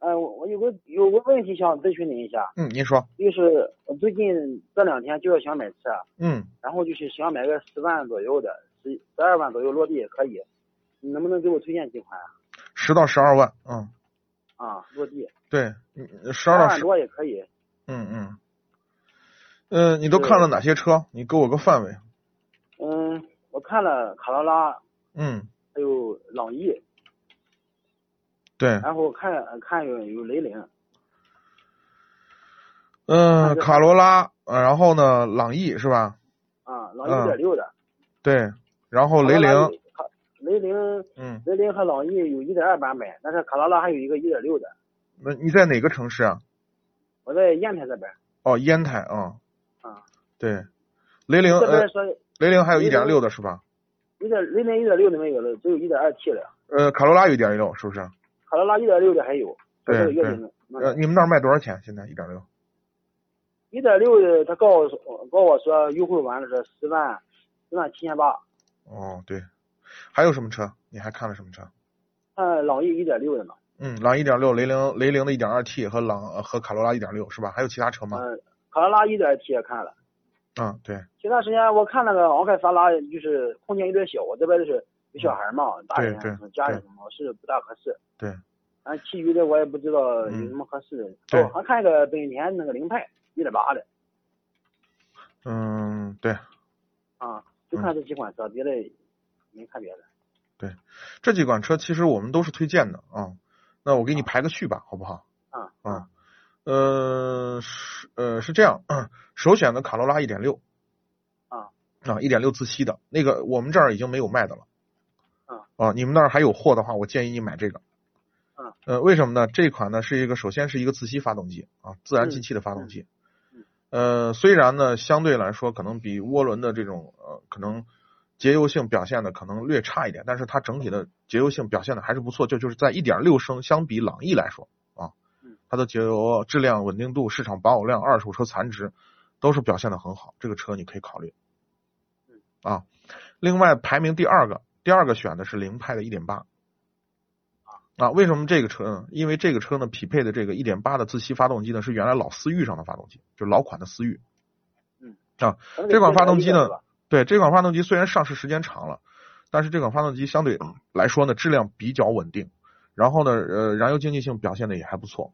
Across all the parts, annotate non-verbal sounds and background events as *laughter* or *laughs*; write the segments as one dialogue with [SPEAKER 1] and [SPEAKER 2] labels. [SPEAKER 1] 哎，我我有个有个问题想咨询您一下，
[SPEAKER 2] 嗯，您说，
[SPEAKER 1] 就是我最近这两天就要想买车，
[SPEAKER 2] 嗯，
[SPEAKER 1] 然后就是想买个十万左右的，十十二万左右落地也可以，你能不能给我推荐几款啊？
[SPEAKER 2] 十到十二万，嗯，
[SPEAKER 1] 啊，落地
[SPEAKER 2] 对，嗯十
[SPEAKER 1] 十
[SPEAKER 2] 二到
[SPEAKER 1] 万
[SPEAKER 2] 十，
[SPEAKER 1] 多也可以。
[SPEAKER 2] 嗯嗯，呃，你都看了哪些车？你给我个范围，
[SPEAKER 1] 嗯，我看了卡罗拉，
[SPEAKER 2] 嗯，
[SPEAKER 1] 还有朗逸，
[SPEAKER 2] 对，
[SPEAKER 1] 然后看看有有雷凌，
[SPEAKER 2] 嗯、
[SPEAKER 1] 那就
[SPEAKER 2] 卡罗拉，呃然后呢，朗逸是吧？
[SPEAKER 1] 啊，朗逸一点六的，
[SPEAKER 2] 对，然后嗯雷
[SPEAKER 1] 卡罗拉
[SPEAKER 2] 凌，
[SPEAKER 1] 有，卡雷凌
[SPEAKER 2] 嗯，
[SPEAKER 1] 雷凌和朗逸有一点二版本，但是卡罗拉还有一个一点六的，
[SPEAKER 2] 那你在哪个城市啊？
[SPEAKER 1] 我在烟台这边。
[SPEAKER 2] 哦，烟台啊，
[SPEAKER 1] 啊，
[SPEAKER 2] 对，雷凌，
[SPEAKER 1] 这边
[SPEAKER 2] 呃，
[SPEAKER 1] 说
[SPEAKER 2] 雷凌还有
[SPEAKER 1] 雷
[SPEAKER 2] 一
[SPEAKER 1] 凌
[SPEAKER 2] 点六的是吧？
[SPEAKER 1] 一点雷凌一点六的没有了，只有一点二 T 了。
[SPEAKER 2] 呃，卡罗拉有一点六是不是？
[SPEAKER 1] 卡罗拉一点六的还有，
[SPEAKER 2] 对
[SPEAKER 1] 这个月
[SPEAKER 2] 对
[SPEAKER 1] 饼嗯
[SPEAKER 2] 呃，你们那儿卖多少钱？现在一点六？
[SPEAKER 1] 一点六的他告我说告我说优惠完了是十万十万七千八，
[SPEAKER 2] 哦，对，还有什么车？你还看了什么车？
[SPEAKER 1] 看朗呃逸一点六的呢，
[SPEAKER 2] 嗯，朗一点六，雷凌雷凌的一点二 T 和朗呃和卡罗拉一点六是吧？还有其他车吗？
[SPEAKER 1] 嗯，卡罗拉一点 T 也看了。
[SPEAKER 2] 嗯，对
[SPEAKER 1] 前段时间我看那个昂克萨拉，就是空间有点小，我这边就是有小孩嘛，大人
[SPEAKER 2] 嗯对
[SPEAKER 1] 家人什么，我是不大合适。
[SPEAKER 2] 对，嗯
[SPEAKER 1] 然后其余的我也不知道有什么合适的。
[SPEAKER 2] 对
[SPEAKER 1] 哦还看一个本田那个凌派一点八的
[SPEAKER 2] 嗯对，
[SPEAKER 1] 啊，就看这几款车，别的没看别的。
[SPEAKER 2] 这几款车其实我们都是推荐的啊、那我给你排个序吧，好不好？
[SPEAKER 1] 啊
[SPEAKER 2] 啊，呃是呃是这样， *clears throat* 首选的卡罗拉一点六
[SPEAKER 1] 啊
[SPEAKER 2] 啊一点六自吸的那个我们这儿已经没有卖的了。
[SPEAKER 1] 啊
[SPEAKER 2] 啊，你们那儿还有货的话，我建议你买这个。
[SPEAKER 1] 嗯
[SPEAKER 2] 呃，为什么呢？这款呢是一个，首先是一个自吸发动机啊，自然
[SPEAKER 1] 嗯
[SPEAKER 2] 进气的发动机。
[SPEAKER 1] 嗯
[SPEAKER 2] 呃，虽然呢，相对来说可能比涡轮的这种呃，可能节油性表现的可能略差一点，但是它整体的节油性表现的还是不错，就就是在一点六升相比朗逸来说啊
[SPEAKER 1] 嗯，
[SPEAKER 2] 它的节油质量、稳定度、市场保有量、二手车残值都是表现的很好，这个车你可以考虑
[SPEAKER 1] 嗯。
[SPEAKER 2] 啊，另外排名第二个，第二个选的是凌派的一点八。啊，为什么这个车呢？因为这个车呢，匹配的这个1.8的自吸发动机呢，是原来老思域上的发动机，就是老款的思域。
[SPEAKER 1] 咱们
[SPEAKER 2] 这款发动机
[SPEAKER 1] 这个
[SPEAKER 2] 呢
[SPEAKER 1] 是吧，
[SPEAKER 2] 对这款发动机虽然上市时间长了，但是这款发动机相对来说呢，质量比较稳定，然后呢，呃，燃油经济性表现的也还不错。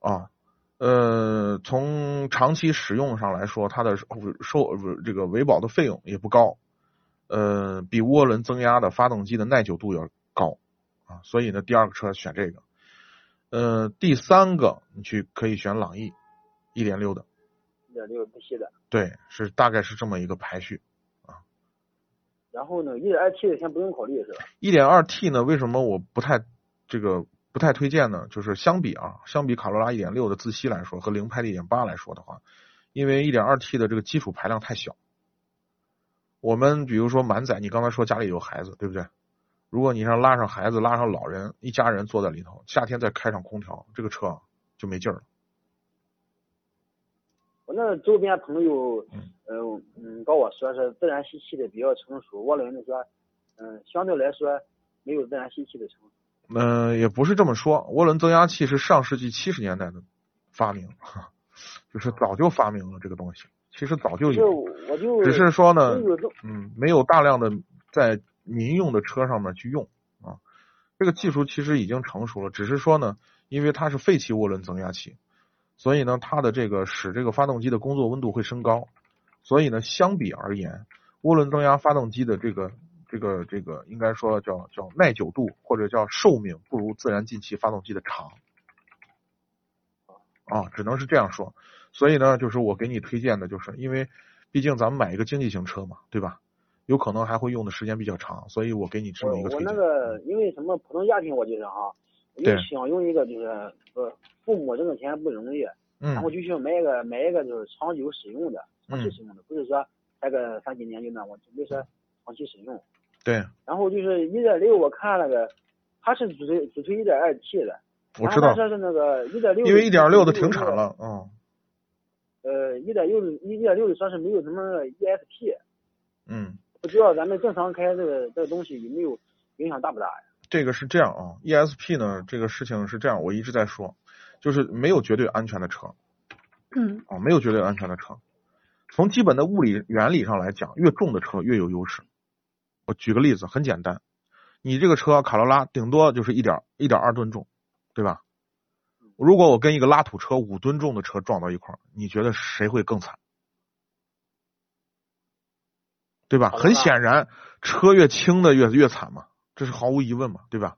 [SPEAKER 2] 啊，呃，从长期使用上来说，它的收收这个维保的费用也不高，呃，比涡轮增压的发动机的耐久度要高啊，所以呢，第二个车选这个，呃，第三个你去可以选朗逸，一点六的。
[SPEAKER 1] 一点六不吸的，
[SPEAKER 2] 对，是大概是这么一个排序。
[SPEAKER 1] 然后呢，一点二 T 的先不用考虑是吧？
[SPEAKER 2] 一点二 T 呢，为什么我不太这个不太推荐呢？就是相比啊，相比卡罗拉一点六的自吸来说和凌派的一点八来说的话，因为一点二 T 的这个基础排量太小。我们比如说满载，你刚才说家里有孩子，对不对？如果你像拉上孩子、拉上老人，一家人坐在里头，夏天再开上空调，这个车啊就没劲儿了。
[SPEAKER 1] 我那周边朋友
[SPEAKER 2] 嗯，
[SPEAKER 1] 呃，嗯，跟我说是自然吸气的比较成熟，涡轮的说，嗯，相对来说没有自然吸气的成熟。
[SPEAKER 2] 嗯、也不是这么说，涡轮增压器是上世纪七十年代的发明， *laughs* 就是早就发明了这个东西，其实早就
[SPEAKER 1] 就
[SPEAKER 2] 有，
[SPEAKER 1] 我就
[SPEAKER 2] 只是说呢
[SPEAKER 1] 就，有这
[SPEAKER 2] 嗯，没有大量的在民用的车上面去用啊。这个技术其实已经成熟了，只是说呢，因为它是废气涡轮增压器，所以呢，它的这个使这个发动机的工作温度会升高，所以呢，相比而言，涡轮增压发动机的这个这个这个应该说叫叫耐久度或者叫寿命不如自然进气发动机的长，啊，只能是这样说。所以呢，就是我给你推荐的，就是因为毕竟咱们买一个经济型车嘛，对吧？有可能还会用的时间比较长，所以我给你这
[SPEAKER 1] 我
[SPEAKER 2] 么一个推
[SPEAKER 1] 我那
[SPEAKER 2] 荐。
[SPEAKER 1] 个因为什么普通家庭，我就是哈、我就
[SPEAKER 2] 对
[SPEAKER 1] 想用一个就是呃父母挣的钱不容易，然后
[SPEAKER 2] 嗯
[SPEAKER 1] 就想买一个买一个就是长久使用的，长期
[SPEAKER 2] 嗯
[SPEAKER 1] 使用的，不是说开个三几年就那，我准备说长期使用。
[SPEAKER 2] 对，
[SPEAKER 1] 然后就是一点六，我看那个它是只推只推一点二 T 的，
[SPEAKER 2] 我
[SPEAKER 1] 然
[SPEAKER 2] 知
[SPEAKER 1] 后
[SPEAKER 2] 道
[SPEAKER 1] 它，说是那个一点六，
[SPEAKER 2] 因为一点六的停产。了，嗯
[SPEAKER 1] 呃，一点六一点六的说是没有什么 ESP，
[SPEAKER 2] 嗯，
[SPEAKER 1] 不知道咱们正常开这个这个东西有没有影响大不大呀？
[SPEAKER 2] 这个是这样啊，ESP 呢这个事情是这样，我一直在说，就是没有绝对安全的车
[SPEAKER 3] 嗯
[SPEAKER 2] 啊，没有绝对安全的车。从基本的物理原理上来讲，越重的车越有优势。我举个例子，很简单，你这个车卡罗拉顶多就是一点一点二吨重，对吧？如果我跟一个拉土车五吨重的车撞到一块儿，你觉得谁会更惨？对吧？
[SPEAKER 1] 好的
[SPEAKER 2] 很
[SPEAKER 1] 吧
[SPEAKER 2] 显然，车越轻的越越惨嘛，这是毫无疑问嘛，对吧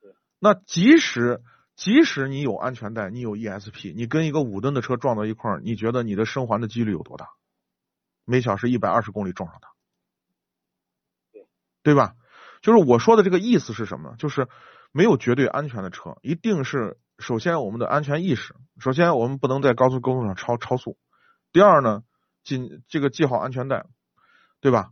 [SPEAKER 1] 对？
[SPEAKER 2] 那即使即使你有安全带，你有 ESP，你跟一个五吨的车撞到一块儿，你觉得你的生还的几率有多大？每小时一百二十公里撞上它
[SPEAKER 1] 对，
[SPEAKER 2] 对吧？就是我说的这个意思是什么呢？就是没有绝对安全的车，一定是首先我们的安全意识，首先我们不能在高速公路上超超速，第二呢，紧这个系好安全带，对吧？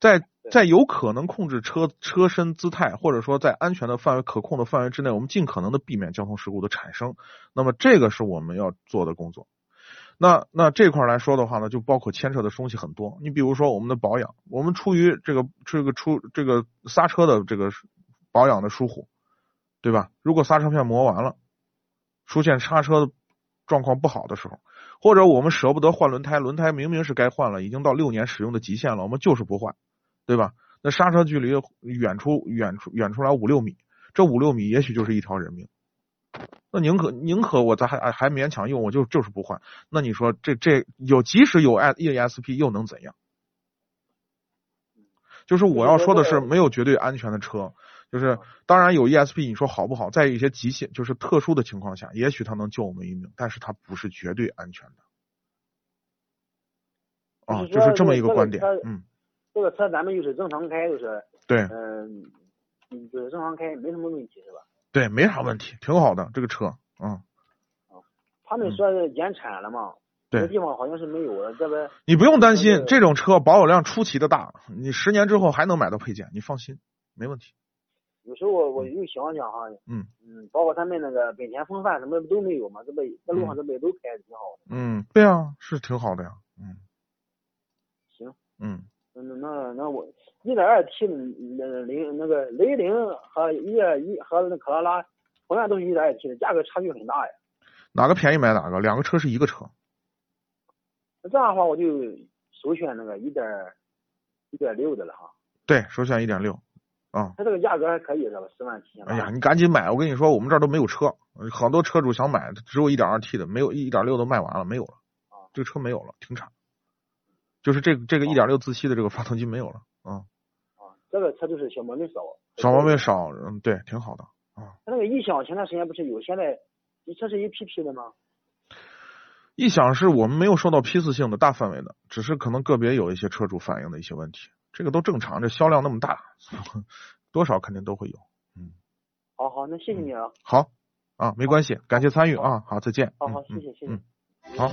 [SPEAKER 2] 在
[SPEAKER 1] 对
[SPEAKER 2] 在有可能控制车车身姿态，或者说在安全的范围可控的范围之内，我们尽可能的避免交通事故的产生。那么这个是我们要做的工作。那那这块儿来说的话呢，就包括牵扯的东西很多。你比如说我们的保养，我们出于这个这个出这个刹车的这个保养的疏忽，对吧？如果刹车片磨完了，出现刹车状况不好的时候，或者我们舍不得换轮胎，轮胎明明是该换了，已经到六年使用的极限了，我们就是不换，对吧？那刹车距离远出远出远出来五六米，这五六米也许就是一条人命。那宁可宁可我咱还还还勉强用，我就就是不换。那你说这这有即使有 I E S P 又能怎样？就是我要说的是，没有绝对安全的车，就是当然有 E S P，你说好不好？在一些极限就是特殊的情况下，也许它能救我们一命，但是它不是绝对安全的。啊，
[SPEAKER 1] 就
[SPEAKER 2] 就是
[SPEAKER 1] 说
[SPEAKER 2] 是这么一
[SPEAKER 1] 这
[SPEAKER 2] 个
[SPEAKER 1] 个
[SPEAKER 2] 观点
[SPEAKER 1] 车，
[SPEAKER 2] 嗯，
[SPEAKER 1] 这个车咱们就是正常开，就是
[SPEAKER 2] 对
[SPEAKER 1] 嗯、嗯就是正常开没什么问题是吧？
[SPEAKER 2] 对，没啥问题，挺好的这个车，嗯，
[SPEAKER 1] 他们说是减产了嘛，
[SPEAKER 2] 对
[SPEAKER 1] 别地方好像是没有了，这边
[SPEAKER 2] 你不用担
[SPEAKER 1] 那
[SPEAKER 2] 心
[SPEAKER 1] 个，
[SPEAKER 2] 这种车保有量出奇的大，你十年之后还能买到配件，你放心，没问题。
[SPEAKER 1] 有时候我我又想想哈，
[SPEAKER 2] 嗯
[SPEAKER 1] 嗯，包括他们那个本田风范什么都没有嘛，这不在路上这不也都开的挺好的。
[SPEAKER 2] 嗯，对啊，是挺好的呀，嗯
[SPEAKER 1] 行，
[SPEAKER 2] 嗯，
[SPEAKER 1] 嗯，那那我一点二 T 那零那个雷凌和一点一和那卡罗拉同样都是一点二 T 的，价格差距很大呀。
[SPEAKER 2] 哪个便宜买哪个，两个车是一个车，
[SPEAKER 1] 那这样的话，我就首选那个一点一点六的了哈。
[SPEAKER 2] 对，首选一点六，啊，
[SPEAKER 1] 它这个价格还可以是吧？十万七千八。
[SPEAKER 2] 哎呀，你赶紧买，我跟你说，我们这儿都没有车，很多车主想买，只有一点二 T 的，没有一点六都卖完了，没有了，
[SPEAKER 1] 啊
[SPEAKER 2] 这个车没有了，停产，就是这个这
[SPEAKER 1] 哦
[SPEAKER 2] 个一点六自吸的这个发动机没有了，嗯，
[SPEAKER 1] 啊，这个车就是小毛病少。
[SPEAKER 2] 小毛病。少，嗯，对，挺好的，
[SPEAKER 1] 它那个异响前段时间不是有，现在这是一批批的吗？
[SPEAKER 2] 异响是我们没有受到批次性的大范围的，只是可能个别有一些车主反映的一些问题，这个都正常。这销量那么大， *laughs* 多少肯定都会有。
[SPEAKER 1] 好好，那谢谢你啊，
[SPEAKER 2] 好啊，没关系，感谢参与啊，好，再见。
[SPEAKER 1] 好好，谢谢
[SPEAKER 2] 嗯
[SPEAKER 1] 谢谢。
[SPEAKER 2] 嗯嗯，好。